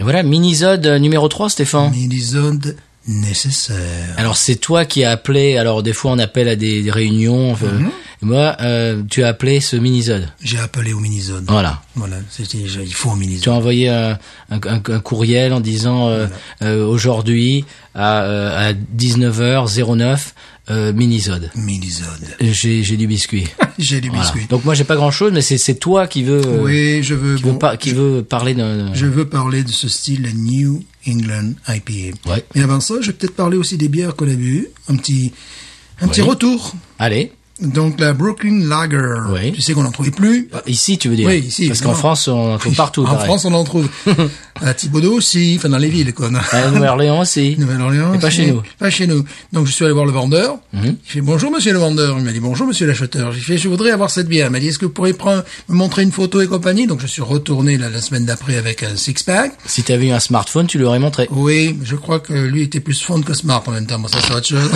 voilà, minisode numéro 3, Stéphane. Minisode nécessaire. Alors c'est toi qui as appelé. Alors des fois on appelle à des, des réunions. enfin, Mhm. Moi, euh, tu as appelé ce minisode. J'ai appelé au minisode. Voilà. Voilà, c'était, j'ai- il faut un Tu as minisode. envoyé un, un- un- un courriel en disant euh, euh, aujourd'hui à, euh, à 19h09 euh, minisode. Minisode. J'ai j'ai du biscuit. J'ai du Voilà. Ah, biscuit. Donc moi j'ai pas grand chose, mais c'est c'est toi qui veux euh, oui, je veux, qui veut bon, pas- qui je, veut parler d'un. je veux parler de ce style New England IPA. Ouais. Mais avant ça, je vais peut-être parler aussi des bières qu'on a vues. Un petit, un petit Oui. retour. Allez, Donc la Brooklyn Lager. Oui. Tu sais qu'on n'en trouvait plus. ici tu veux dire Oui, ici, Parce qu'en évidemment. France on en trouve partout. en pareil. France, on en trouve. à Thibaudot aussi, enfin dans les villes, quoi. à Nouvelle-Orléans aussi. Nouvelle-Orléans. Mais pas chez c'est- nous. Mhm. Pas chez nous. Donc je suis allé voir le vendeur. Il fait bonjour monsieur le vendeur. Il m'a dit bonjour monsieur l'acheteur. J'ai fait je voudrais avoir cette bière. Il m'a dit est-ce que vous pourriez prendre, me montrer une photo et compagnie. Donc je suis retourné la, la semaine d'après avec un six pack. Si t'avais eu un smartphone, tu lui aurais montré. Oui, mais je crois que lui était plus fond que smart en même temps. Bon, ça c'est autre chose.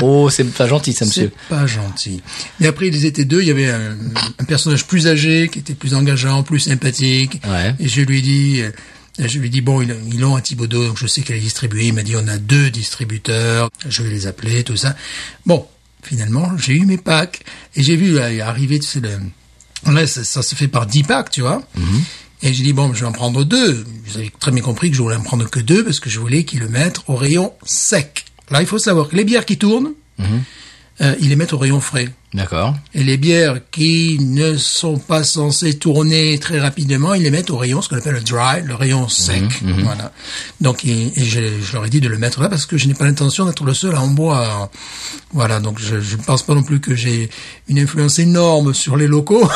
Oh, c'est pas gentil, ça, monsieur. C'est pas gentil. Mais après, ils étaient deux. Il y avait un, un personnage plus âgé, qui était plus engageant, plus sympathique. Ouais. Et je lui dis, euh, je lui dis bon, ils, ils l'ont à Thibaudot, donc je sais qu'elle est distribuée. Il m'a dit, on a deux distributeurs. Je vais les appeler, tout ça. Bon, finalement, j'ai eu mes packs et j'ai vu euh, arriver, tu sais, le- là, ça, ça se fait par dix packs, tu vois. Et j'ai dit bon, je vais en prendre deux. Vous avez très bien compris que je voulais en prendre que deux parce que je voulais qu'ils le mettent au rayon sec. Là, il faut savoir que les bières qui tournent, euh, ils les mettent au rayon frais. D'accord. Et les bières qui ne sont pas censées tourner très rapidement, ils les mettent au rayon, ce qu'on appelle le dry, le rayon sec. Mhm, Voilà. Donc, et, et je, je leur ai dit de le mettre là parce que je n'ai pas l'intention d'être le seul à en boire. Voilà. Donc, je je ne pense pas non plus que j'ai une influence énorme sur les locaux.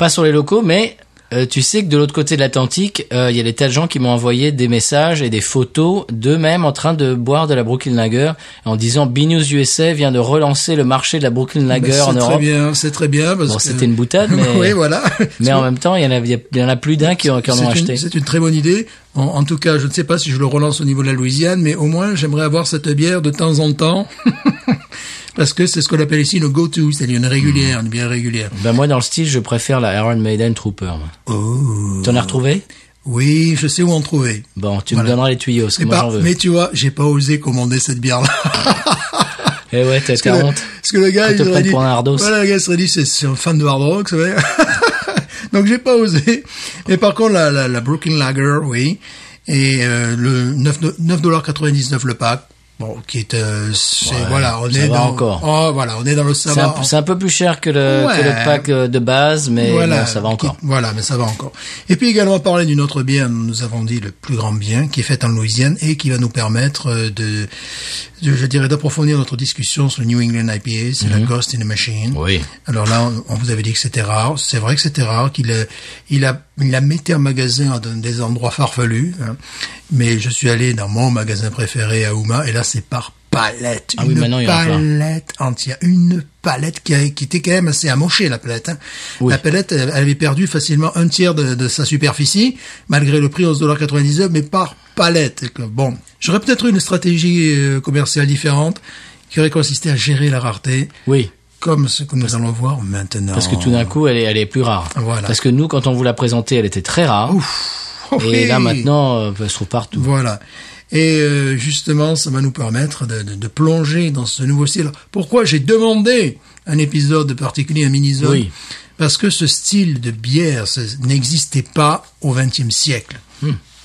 Pas sur les locaux, mais euh, tu sais que de l'autre côté de l'Atlantique, euh, il y a des tas de gens qui m'ont envoyé des messages et des photos d'eux-mêmes en train de boire de la Brooklyn Lager en disant BNews USA vient de relancer le marché de la Brooklyn Ben, Lager c'est en très Europe. bien, c'est très bien. Parce Bon, que- c'était une boutade, mais- oui, voilà. Mais en même temps, il y en a, il y a- il y en a plus d'un qui, en- qui en C'est ont une- acheté. C'est une très bonne idée. En, en tout cas, je ne sais pas si je le relance au niveau de la Louisiane, mais au moins j'aimerais avoir cette bière de temps en temps. Parce que c'est ce qu'on appelle ici le go-to, c'est-à-dire une régulière, une bière régulière. Ben moi, dans le style, je préfère la Iron Maiden Trooper. moi. Oh. T'en as retrouvé Oui, je sais où en trouver. Bon, tu me Voilà. donneras les tuyaux, parce que Mais, moi par- j'en veux. mais tu vois, j'ai pas osé commander cette bière-là. Eh ouais, t'as t'as Parce que le- honte. Parce que le gars, Qu'on il te aurait prenne dit, pour un hardos. Voilà, le gars, il serait dit, c'est, c'est un fan de hard rock, ça va. Donc, j'ai pas osé. Mais par contre, la, la, la Brooklyn Lager, oui. Et, euh, le 9, 9,99 le pack. Bon, qui est, euh, c'est, voilà, on ça est va dans, encore. Oh, voilà, on est dans le C'est savoir. un, c'est un peu plus cher que le, Ouais. que le pack euh, de base, mais bon, ça va qui- encore. voilà, mais ça va encore. Et puis également parler d'une autre bière, nous avons dit le plus grand bien, qui est faite en Louisiane et qui va nous permettre euh, de, de- je dirais, d'approfondir notre discussion sur le New England IPA, c'est Mhm. la Ghost in the Machine. Oui. Alors là, on, on vous avait dit que c'était rare. C'est vrai que c'était rare qu'il a, il a, il a metté un magasin dans des endroits farfelus. hein. Mais je suis allé dans mon magasin préféré à Houma et là, c'est par palette. Ah oui, une maintenant, il y en a plein. palette palette entière, une palette qui, a- qui était quand même assez amochée, la palette. hein. Oui. La palette, elle elle avait perdu facilement un tiers de, de sa superficie, malgré le prix 11,99$, mais par palette. Que Bon, j'aurais peut-être eu une stratégie euh, commerciale différente qui aurait consisté à gérer la rareté, Oui. comme ce que nous allons voir maintenant. Parce que tout d'un coup, elle est, elle est plus rare. Voilà. Parce que nous, quand on vous l'a présentée, elle était très rare. et Oui. là, maintenant, euh, elle se trouve partout. Voilà. Et euh, justement, ça va nous permettre de, de- de plonger dans ce nouveau style. Pourquoi j'ai demandé un épisode particulier, un mini Oui. Parce que ce style de bière ce- n'existait pas au XXe siècle.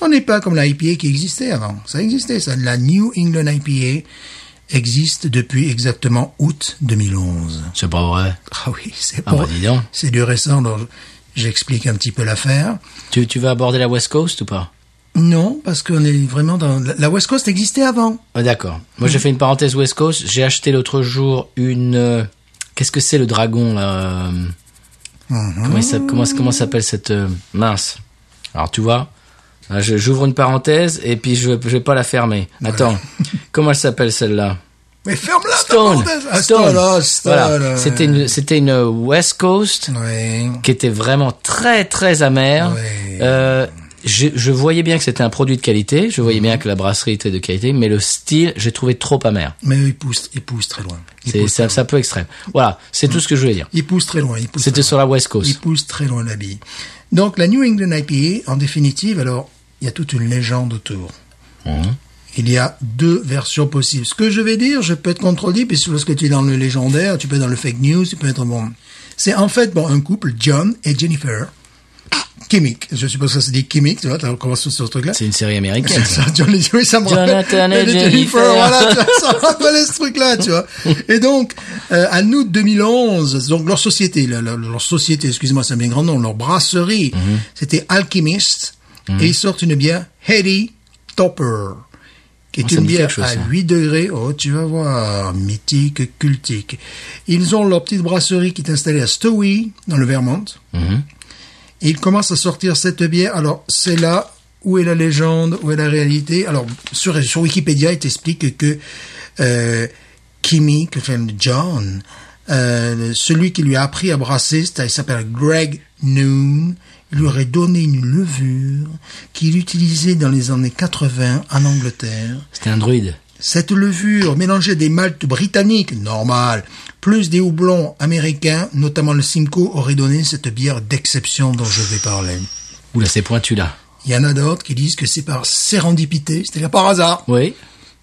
On n'est pas comme la IPA qui existait avant. Ça existait, ça. La New England IPA existe depuis exactement août 2011. C'est pas vrai. Ah oui, c'est Ah pas- bah dis donc. C'est du récent, donc j'explique un petit peu l'affaire. Tu, tu vas aborder la West Coast ou pas Non, parce qu'on est vraiment dans... la- La West Coast existait avant. Ah, D'accord. Moi, j'ai fait une parenthèse West Coast. J'ai acheté l'autre jour une... euh, Qu'est-ce que c'est le dragon, là euh, Comment il s'appelle- comment- comment s'appelle cette... euh, Mince. Alors, tu vois hein, je- J'ouvre une parenthèse et puis je, je vais pas la fermer. Attends. comment elle s'appelle, celle-là Mais ferme-la, ta Stone. oh, parenthèse. Ah, Stone, ah, Stone, Voilà. euh, C'était une, c'était une euh, West Coast Oui. qui était vraiment très très amère. Ouais. Euh, je, je voyais bien que c'était un produit de qualité. Je voyais bien Mhm. que la brasserie était de qualité, mais le style, j'ai trouvé trop amer. Mais il pousse, il pousse très loin. Il C'est pousse, Mhm. c'est un, c'est un peu extrême. Voilà. C'est tout ce que je voulais dire. il pousse très loin. Il pousse C'était très sur la West loin. Il Coast. pousse très loin la bille. Donc la New England IPA, en définitive, alors il y a toute une légende autour. Mhm. Il y a deux versions possibles. Ce que je vais dire, je peux être contredit, puisque lorsque tu es dans le légendaire, tu peux être dans le fake news, tu peux être bon. C'est en fait bon un couple, John et Jennifer Ah, Kimmick. Je suppose que ça se dit Kimmick, tu vois, on commence sur ce truc-là. C'est une série américaine. C'est ça, John et oui, ça me Jonathan et rappelle. Jennifer. voilà, tu vois, ça me rappelle ce truc-là, tu vois. Et donc, euh, à nous 2011, donc leur société, leur, leur- leur société, excusez-moi, c'est un bien grand nom, leur brasserie, Mhm. c'était Alchemist, et ils sortent une bière Heady Topper, qui est Ah, ça une me dit bière quelque chose, à ça. 8 degrés, oh tu vas voir, mythique, cultique. Ils ont leur petite brasserie qui est installée à Stowe, dans le Vermont. Et ils commencent à sortir cette bière. Alors c'est là où est la légende, où est la réalité. Alors sur, sur Wikipédia, il t'explique que euh, Kimmy, que fait John, euh, celui qui lui a appris à brasser, c'est- il s'appelle Greg Noon. Il lui aurait donné une levure qu'il utilisait dans les années 80 en Angleterre. C'était un druide. Cette levure mélangeait des maltes britanniques, normal, plus des houblons américains, notamment le Simcoe, aurait donné cette bière d'exception dont je vais parler. Oula, c'est pointu là. Il y en a d'autres qui disent que c'est par sérendipité, c'est-à-dire par hasard. Oui.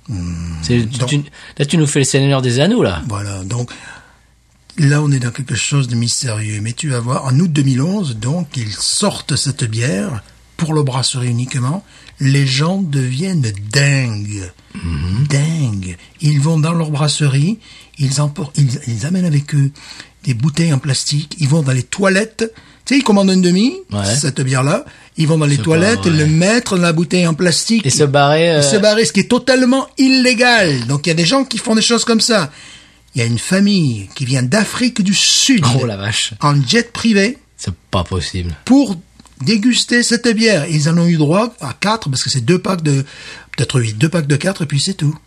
Hmm. C'est- tu- non. tu- là, tu nous fais le Seigneur des Anneaux, là. Voilà, donc là on est dans quelque chose de mystérieux. Mais tu vas voir, en août 2011, donc, ils sortent cette bière pour le brasserie uniquement. Les gens deviennent dingues. Mhm. Dingues. Ils vont dans leur brasserie, ils, emportent, ils, ils amènent avec eux des bouteilles en plastique, ils vont dans les toilettes. Tu sais, ils commandent une demi, Ouais. cette bière-là. Ils vont dans les pas toilettes, vrai. le mettre dans la bouteille en plastique. Et se barrer. euh, Il se barrer, ce qui est totalement illégal. Donc il y a des gens qui font des choses comme ça. Il y a une famille qui vient d'Afrique du Sud Oh la vache. en jet privé C'est pas possible. pour déguster cette bière. Ils en ont eu droit à quatre parce que c'est deux packs de peut-être huit, deux packs de quatre et puis c'est tout.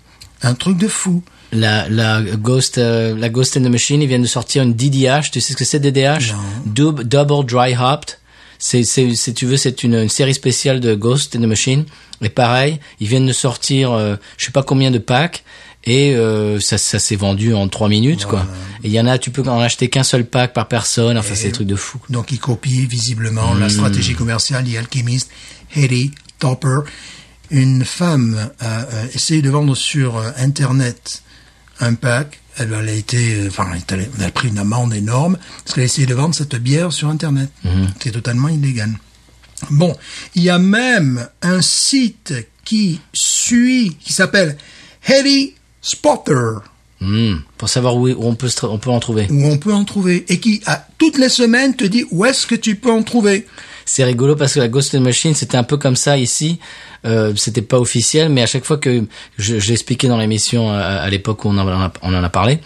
Un truc de fou. La, la Ghost, euh, la Ghost in the Machine, ils viennent de sortir une DDH. Tu sais ce que c'est DDH? Dub- double Dry Hopped. C'est, c'est, si tu veux, c'est une, une série spéciale de Ghost in the Machine. Et pareil, ils viennent de sortir, euh, je sais pas combien de packs. Et euh, ça, ça s'est vendu en trois minutes, quoi. Et il y en a, tu peux en acheter qu'un seul pack par personne. Enfin, c'est des trucs de fou. quoi. Donc ils copient visiblement la stratégie commerciale des alchimistes. Haley Topper, une femme a euh, essayé de vendre sur euh, Internet un pack. Elle, elle a été, euh, enfin, elle est allée- elle a pris une amende énorme parce qu'elle a essayé de vendre cette bière sur Internet. C'est totalement illégal. Bon, il y a même un site qui suit, qui s'appelle Haley Spotter Hmm. Pour savoir où, où on peut, se tra- on peut en trouver. où on peut en trouver et qui, à, toutes les semaines, te dit où est-ce que tu peux en trouver. C'est rigolo parce que la Ghost in the Machine, c'était un peu comme ça ici. Euh, c'était pas officiel, mais à chaque fois que je, je l'expliquais dans l'émission à, à l'époque où on en, a, on en a parlé,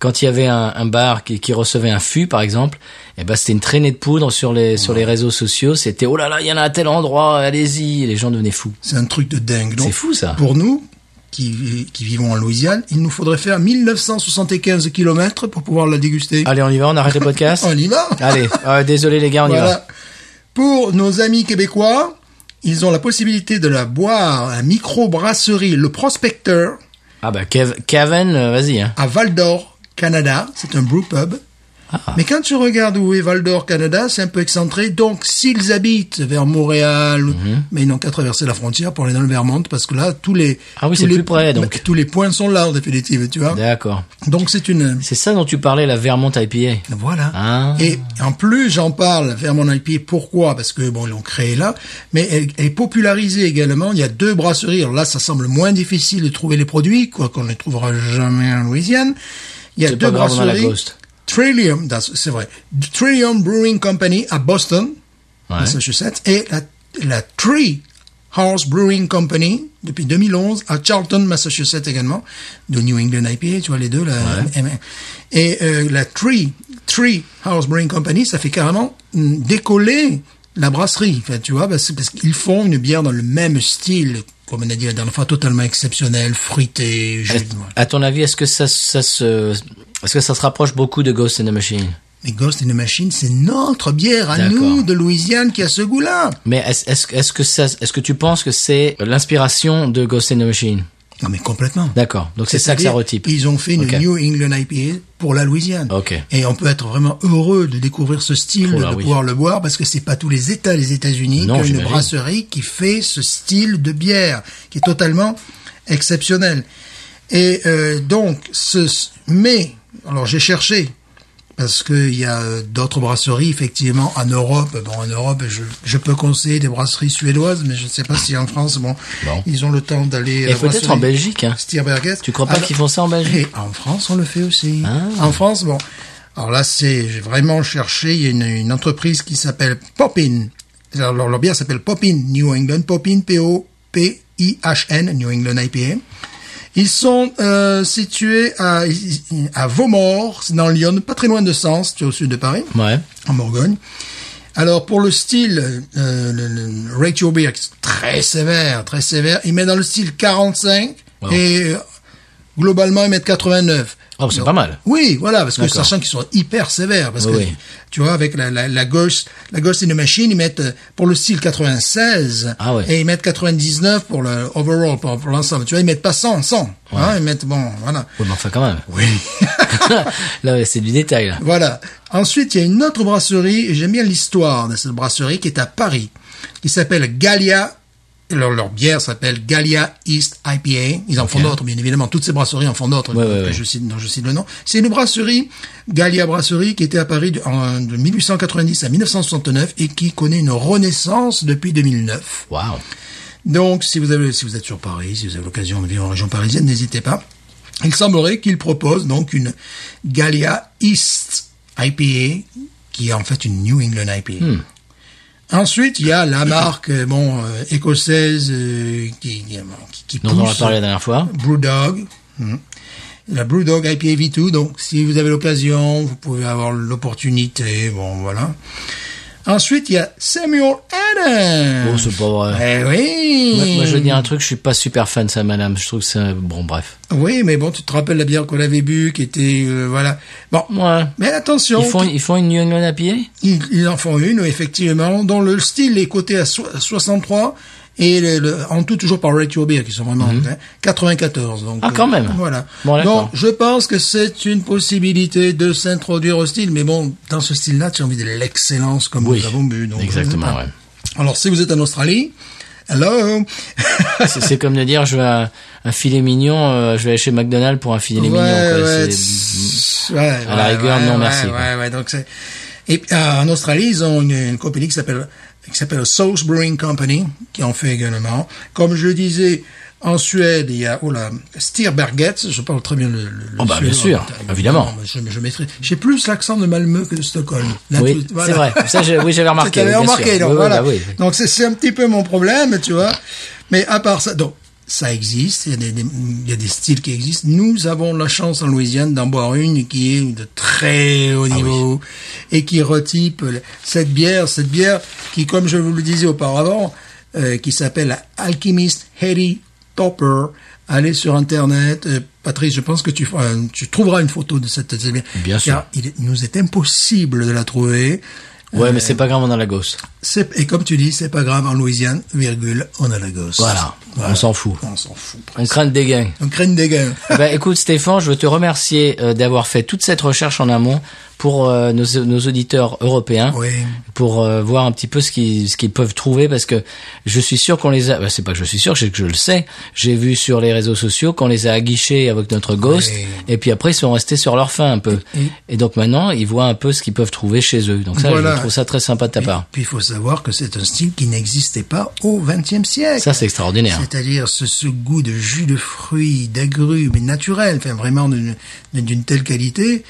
quand il y avait un, un bar qui, qui recevait un fût, par exemple, eh ben c'était une traînée de poudre sur les sur les réseaux sociaux. C'était oh là là, il y en a à tel endroit, allez-y. Et Les gens devenaient fous. C'est un truc de dingue. Donc, C'est fou, ça. Pour nous, qui, qui vivons en Louisiane, il nous faudrait faire 1975 kilomètres pour pouvoir la déguster. Allez, on y va, on arrête le podcast. On y va Allez, euh, désolé les gars, on y va. Voilà. Pour nos amis québécois, ils ont la possibilité de la boire à micro-brasserie Le Prospecteur Ah bah Kev- Kevin, euh, vas-y. Hein. à Val d'Or, Canada. C'est un brew pub. Ah. Mais quand tu regardes où est Val d'Or, Canada, c'est un peu excentré. Donc, s'ils habitent vers Montréal, Mhm. mais ils n'ont qu'à traverser la frontière pour aller dans le Vermont, parce que là, tous les Ah oui, tous c'est les- bah, plus près, donc. tous les points sont là en définitive, tu vois. D'accord. Donc, c'est une C'est ça dont tu parlais, la Vermont IPA. voilà. Ah. Et en plus, j'en parle Vermont IPA. Pourquoi Parce que bon, ils l'ont créé là, mais elle, elle est popularisée également. Il y a deux brasseries. Alors là, ça semble moins difficile de trouver les produits, quoi qu'on ne trouvera jamais en Louisiane. Il y a C'est deux pas grave, on a la brasseries. Ghost. Trillium, that's- c'est vrai. Trillium Brewing Company à Boston, Ouais. Massachusetts, et la, la Tree House Brewing Company depuis 2011 à Charlton, Massachusetts également, de New England IPA, tu vois les deux là. Et euh, la Tree Tree House Brewing Company, ça fait carrément mm, décoller la brasserie, enfin, tu vois, parce, parce qu'ils font une bière dans le même style, comme on a dit la dernière fois, totalement exceptionnel, fruité, jus. Est- À ton avis, est-ce que ça, ça se, est-ce que ça se rapproche beaucoup de Ghost in the Machine Mais Ghost in the Machine, c'est notre bière à D'accord. nous de Louisiane qui a ce goût-là. Mais est-ce est-ce- est-ce que ça, est-ce que tu penses que c'est l'inspiration de Ghost in the Machine Non, mais complètement. D'accord. Donc c'est ça que C'est-à-dire, ça retype. Ils ont fait une Ok. New England IPA pour la Louisiane. Ok. Et on peut être vraiment heureux de découvrir ce style, Oh de là, oui. pouvoir le boire, parce que c'est pas tous les États des États-Unis qui Non, ont une j'imagine. brasserie qui fait ce style de bière, qui est totalement exceptionnel. Et euh, donc, ce, mais, alors j'ai cherché, parce qu'il y a euh, d'autres brasseries, effectivement, en Europe. Bon, en Europe, je, je peux conseiller des brasseries suédoises, mais je ne sais pas si en France, bon, Non. ils ont le temps d'aller... à Et la peut-être en brasserie. Belgique. Hein. Stierbergers. Tu crois pas Alors- qu'ils font ça en Belgique Et en France, on le fait aussi. Ah. En France, bon. Alors là, c'est j'ai vraiment cherché. Il y a une, une entreprise qui s'appelle Poppin. Alors, leur, leur bière s'appelle Poppin New England Poppin P O P I H N New England IPA. Ils sont euh, situés à, à Vaumort, c'est dans l'Yonne, pas très loin de Sens, tu es au sud de Paris Ouais. en Bourgogne. Alors pour le style, euh, le, le Ray Turbier, qui est très sévère, très sévère, il met dans le style 45 Wow. et euh, globalement il met 89. Oh, c'est Donc, pas mal. Oui, voilà, parce que D'accord. sachant qu'ils sont hyper sévères, parce Oui, que oui. tu vois avec la, la, la Ghost, la Ghost in the Machine, ils mettent euh, pour le style 96 Ah ouais. et ils mettent 99 pour le overall pour, pour l'ensemble. Tu vois, ils mettent pas 100, 100. hein, ils mettent bon, voilà. Oui, mais enfin quand même. Oui. là, ouais, c'est du détail là. Voilà. Ensuite, il y a une autre brasserie, et j'aime bien l'histoire de cette brasserie, qui est à Paris, qui s'appelle Gallia. Leur, leur bière s'appelle Gallia East IPA. Ils en font d'autres, bien évidemment. Toutes ces brasseries en font d'autres. Ouais, ouais, ouais. Je, cite, dont je cite le nom. C'est une brasserie, Gallia Brasserie, qui était à Paris de, en- de 1890 à 1969 et qui connaît une renaissance depuis 2009. Waouh. Donc, si vous, avez, si vous êtes sur Paris, si vous avez l'occasion de vivre en région parisienne, n'hésitez pas. Il semblerait qu'il propose donc une Gallia East IPA, qui est en fait une New England IPA. Hmm. Ensuite, il y a la marque euh, bon euh, écossaise euh, qui, qui, qui Dont on a pousse, parlé la dernière Mmh. fois. Brewdog. Hmm. La Brewdog IPA V2, donc si vous avez l'occasion, vous pouvez avoir l'opportunité, bon voilà. Ensuite, il y a Samuel Adams. Oh, c'est pas vrai. Eh oui. Moi, moi, je veux dire un truc, je suis pas super fan de ça, madame. Je trouve que c'est. Bon, bref. Oui, mais bon, tu te rappelles la bière qu'on avait bu, qui était euh, voilà. Bon, Ouais. mais attention, Ils font, ils font une New England IPA ils, ils en font une effectivement, dont le style est coté à so- à 63 et le, le- en tout toujours par Ray Beer qui sont vraiment hein, 94. Mhm. Donc, euh, Ah, quand même. Voilà. Bon, d'accord. donc, je pense que c'est une possibilité de s'introduire au style, mais bon, dans ce style-là, tu as envie de l'excellence comme Oui. nous avons bu. Donc, euh, Mmh. Exactement, voilà. ouais. Alors, si vous êtes en Australie, hello. C'est c'est comme de dire, je veux un, un filet mignon, euh, je vais aller chez McDonald's pour un filet mignon. quoi. ouais, C'est- tss, ouais, à la rigueur, non, merci, Ouais, quoi. ouais, ouais, donc c'est. Et euh, en Australie, ils ont une, une compagnie qui s'appelle qui s'appelle South Brewing Company, qui en fait également. Comme je disais, en Suède, il y a oh là, Stierbergets, je parle très bien le. le Oh, bah, le bien suédois. sûr, évidemment. Je, je maîtrise. J'ai plus l'accent de Malmö que de Stockholm. Là, Oui, tout- c'est voilà. vrai. Ça, je- oui, j'avais remarqué, Tu l'avais oui, bien remarqué, sûr. donc Oui, oui, voilà. bah oui. Donc c'est- c'est un petit peu mon problème, tu vois. Mais à part ça, donc ça existe, il y, a des, des- il y a des styles qui existent. Nous avons la chance en Louisiane d'en boire une qui est de très Ah haut niveau et qui retype le- cette bière, cette bière qui, comme je vous le disais auparavant, euh, qui s'appelle la Alchemist Harry Topper. Allez sur Internet. Euh, Patrice, je pense que tu, feras- tu trouveras une photo de cette, de cette bière. Bien sûr. Car il est- nous est impossible de la trouver. Ouais, mais c'est pas grave, on a la gosse. C'est- et comme tu dis, c'est pas grave, en Louisiane, virgule, on a la gosse. Voilà. On s'en fout. On s'en fout. On craint le dégain. On craint des gains. Eh ben, écoute, Stéphane, je veux te remercier euh, d'avoir fait toute cette recherche en amont pour euh, nos, nos auditeurs européens, Oui. pour euh, voir un petit peu ce qu'ils ce qu'ils peuvent trouver, parce que je suis sûr qu'on les a. bah, c'est pas que je suis sûr, c'est que je le sais. J'ai vu sur les réseaux sociaux qu'on les a aguichés avec notre ghost, Oui. et puis après ils sont restés sur leur faim un peu. Et, donc maintenant, ils voient un peu ce qu'ils peuvent trouver chez eux. Donc ça, Voilà. je trouve ça très sympa de ta part. Puis il faut savoir que c'est un style qui n'existait pas au XXe siècle. Ça, c'est extraordinaire. C'est-à-dire ce, ce goût de jus de fruits, d'agrumes, mais naturel, enfin vraiment d'une d'une telle qualité.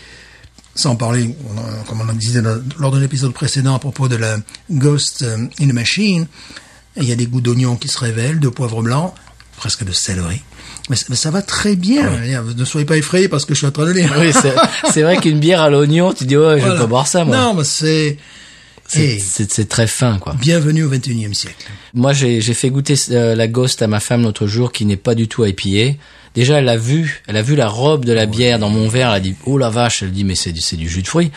Sans parler, on en- comme on en disait dans- lors de l'épisode précédent à propos de la Ghost euh, in the Machine, il y a des goûts d'oignon qui se révèlent, de poivre blanc, presque de céleri. Mais, c- mais ça va très bien. Je veux dire, Ne soyez pas effrayés parce que je suis en train de le dire. Oui, c'est- c'est vrai qu'une bière à l'oignon, tu dis ouais, je vais Voilà. pas boire ça, moi. Non, mais c'est... C'est- Eh, c'est c'est très fin, quoi. bienvenue au 21e siècle. Moi, j'ai j'ai fait goûter euh, la Ghost à ma femme l'autre jour, qui n'est pas du tout IPA. Déjà, elle a vu, elle a vu la robe de la bière dans mon verre. Elle a dit, oh la vache, elle dit, mais c'est du, c'est du jus de fruits.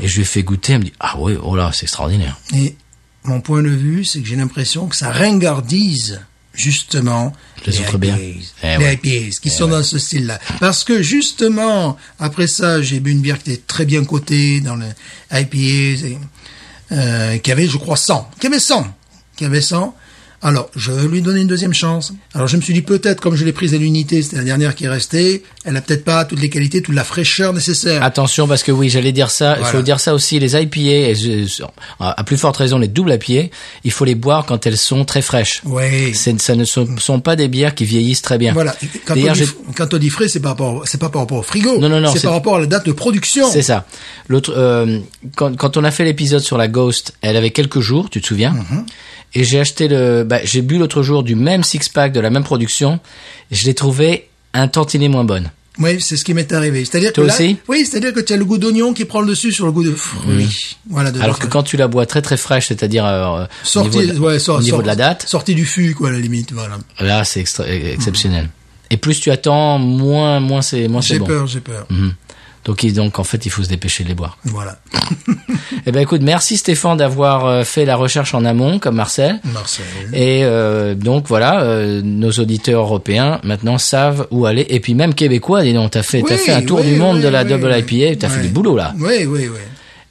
Et je lui ai fait goûter. Elle me dit, ah ouais, oh là, c'est extraordinaire. Et mon point de vue, c'est que j'ai l'impression que ça ringardise justement Les autres bières. Eh les ouais. IPAs qui sont dans ce style-là. Parce que justement, après ça, j'ai bu une bière qui était très bien cotée dans le IPAs, et, euh, qui avait, je crois, 100. Qui avait 100. Qui avait 100. Alors, je lui donnais une deuxième chance. Alors, je me suis dit, peut-être, comme je l'ai prise à l'unité, c'était la dernière qui est restée, elle n'a peut-être pas toutes les qualités, toute la fraîcheur nécessaire. Attention parce que oui, j'allais dire ça. Il faut Voilà. dire ça aussi. Les IPA, et je- à plus forte raison les doubles IPA, il faut les boire quand elles sont très fraîches. Ouais. C'est- Ça ne sont, sont pas des bières qui vieillissent très bien. Voilà. Et Quand on, D'ailleurs, dit, j'ai- quand on dit frais, c'est par rapport, au- c'est pas par rapport au frigo. Non, non, non, C'est c'est- par rapport à la date de production. C'est ça. L'autre, euh, quand, quand on a fait l'épisode sur la Ghost, elle avait quelques jours, tu te souviens Mhm. Et j'ai acheté le, bah, j'ai bu l'autre jour du même six pack de la même production. Je l'ai trouvé un tantinet moins bonne. Oui, c'est ce qui m'est arrivé. C'est-à-dire Toi que là- aussi Oui, c'est-à-dire que tu as le goût d'oignon qui prend le dessus sur le goût de fruits. Voilà. De Alors que quand tu la bois très très fraîche, c'est-à-dire euh, au niveau, sortie, de, la- ouais, sort- au niveau sort- de la date, Ah, sortie du fût, quoi, à la limite. Voilà. là c'est extra- euh, exceptionnel. Et plus tu attends, moins moins c'est moins c'est J'ai bon. peur, j'ai peur. Donc il- donc en fait il faut se dépêcher de les boire. Voilà. Eh ben écoute, merci Stéphane d'avoir euh, fait la recherche en amont comme Marcel. Marcel. Et euh, donc voilà, euh, nos auditeurs européens maintenant savent où aller. Et puis même québécois, dis donc, t'as fait, t'as Oui, fait un tour oui, du monde oui, de la oui, double oui. IPA, t'as fait Ouais. du boulot là. Oui, oui, oui.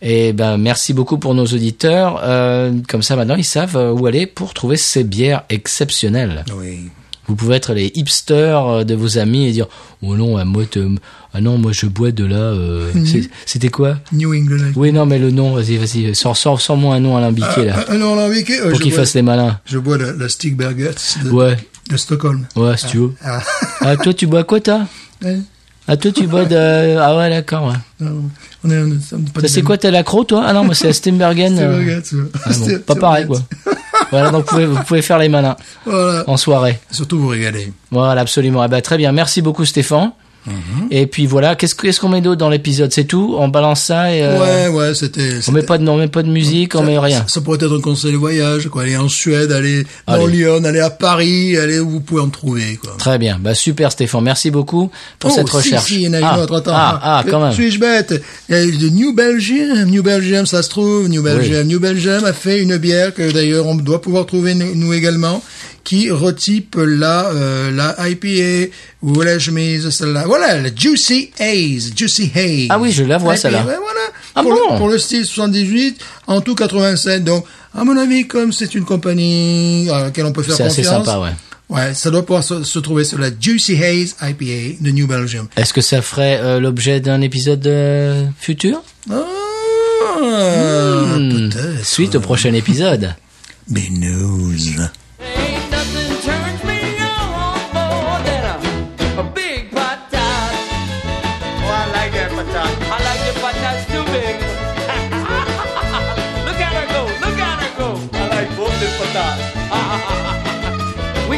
Et ben merci beaucoup pour nos auditeurs. Euh, comme ça maintenant, ils savent euh, où aller pour trouver ces bières exceptionnelles. Oui. Vous pouvez être les hipsters euh, de vos amis et dire oh non, euh, moi, te- ah non, moi je bois de la. euh, Mhm. c'est- C'était quoi New England. Oui, non, mais le nom, vas-y, vas-y, sors, sors, sors-moi un nom alambiqué là, Ah, non, non, oui, que- euh, pour je qu'ils bois- fassent les malins. Je bois la, la Stigberger de, Ouais, de Stockholm. ouais, si tu veux. Ah. Ah, toi, tu bois quoi, toi Ouais. Ah, toi, tu bois de. Ah, ouais, d'accord, ouais. Non, on est, on est- sommes pas Ça, des c'est amis. quoi, t'es lacro, toi Ah non, moi, c'est la Stembergen. euh. Stigberger, tu vois. Ah, bon, pas pareil, quoi. Voilà, donc vous pouvez, vous pouvez faire les malins Voilà. en soirée. Surtout vous régaler. Voilà, absolument. Eh ben, très bien. Merci beaucoup, Stéphane. Et puis voilà, qu'est-ce que- qu'est-ce qu'on met d'autre dans l'épisode C'est tout On balance ça et. euh, Ouais, ouais, c'était. On c'était- met pas de, on met pas de musique, on met rien. Ça, ça pourrait être un conseil de voyage, quoi. Aller en Suède, aller dans Allez. Lyon, aller à Paris, aller où vous pouvez en trouver, quoi. Très bien. Bah, super, Stéphane. Merci beaucoup pour Oh, cette si, recherche. si, il y en a une ah, autre, attends. ah, ah, Euh, quand même. Suis-je bête Il y a eu de New Belgium, New Belgium, ça se trouve, New Belgium. New Belgium a fait une bière que d'ailleurs on doit pouvoir trouver nous, nous également, qui retype la, euh, la IPA. Où l'ai-je mise celle-là Voilà, la Juicy Haze, Juicy Haze. Ah oui, je la vois, IPA, celle-là. ouais, voilà. Ah pour, bon le, pour le style 78, en tout 87. Donc, à mon avis, comme c'est une compagnie à laquelle on peut faire C'est confiance. assez sympa, ouais. Ouais, ça doit pouvoir se, se trouver sur la Juicy Haze IPA de New Belgium. Est-ce que ça ferait euh, l'objet d'un épisode euh, futur Ah, Hmm, peut-être. Suite au prochain épisode. Mais news. Ain't nothing turns me on more than a, a big patat. Oh, I like that patat. I like the patats too big. look at her go, look at her go. I like both the patats. we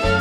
her.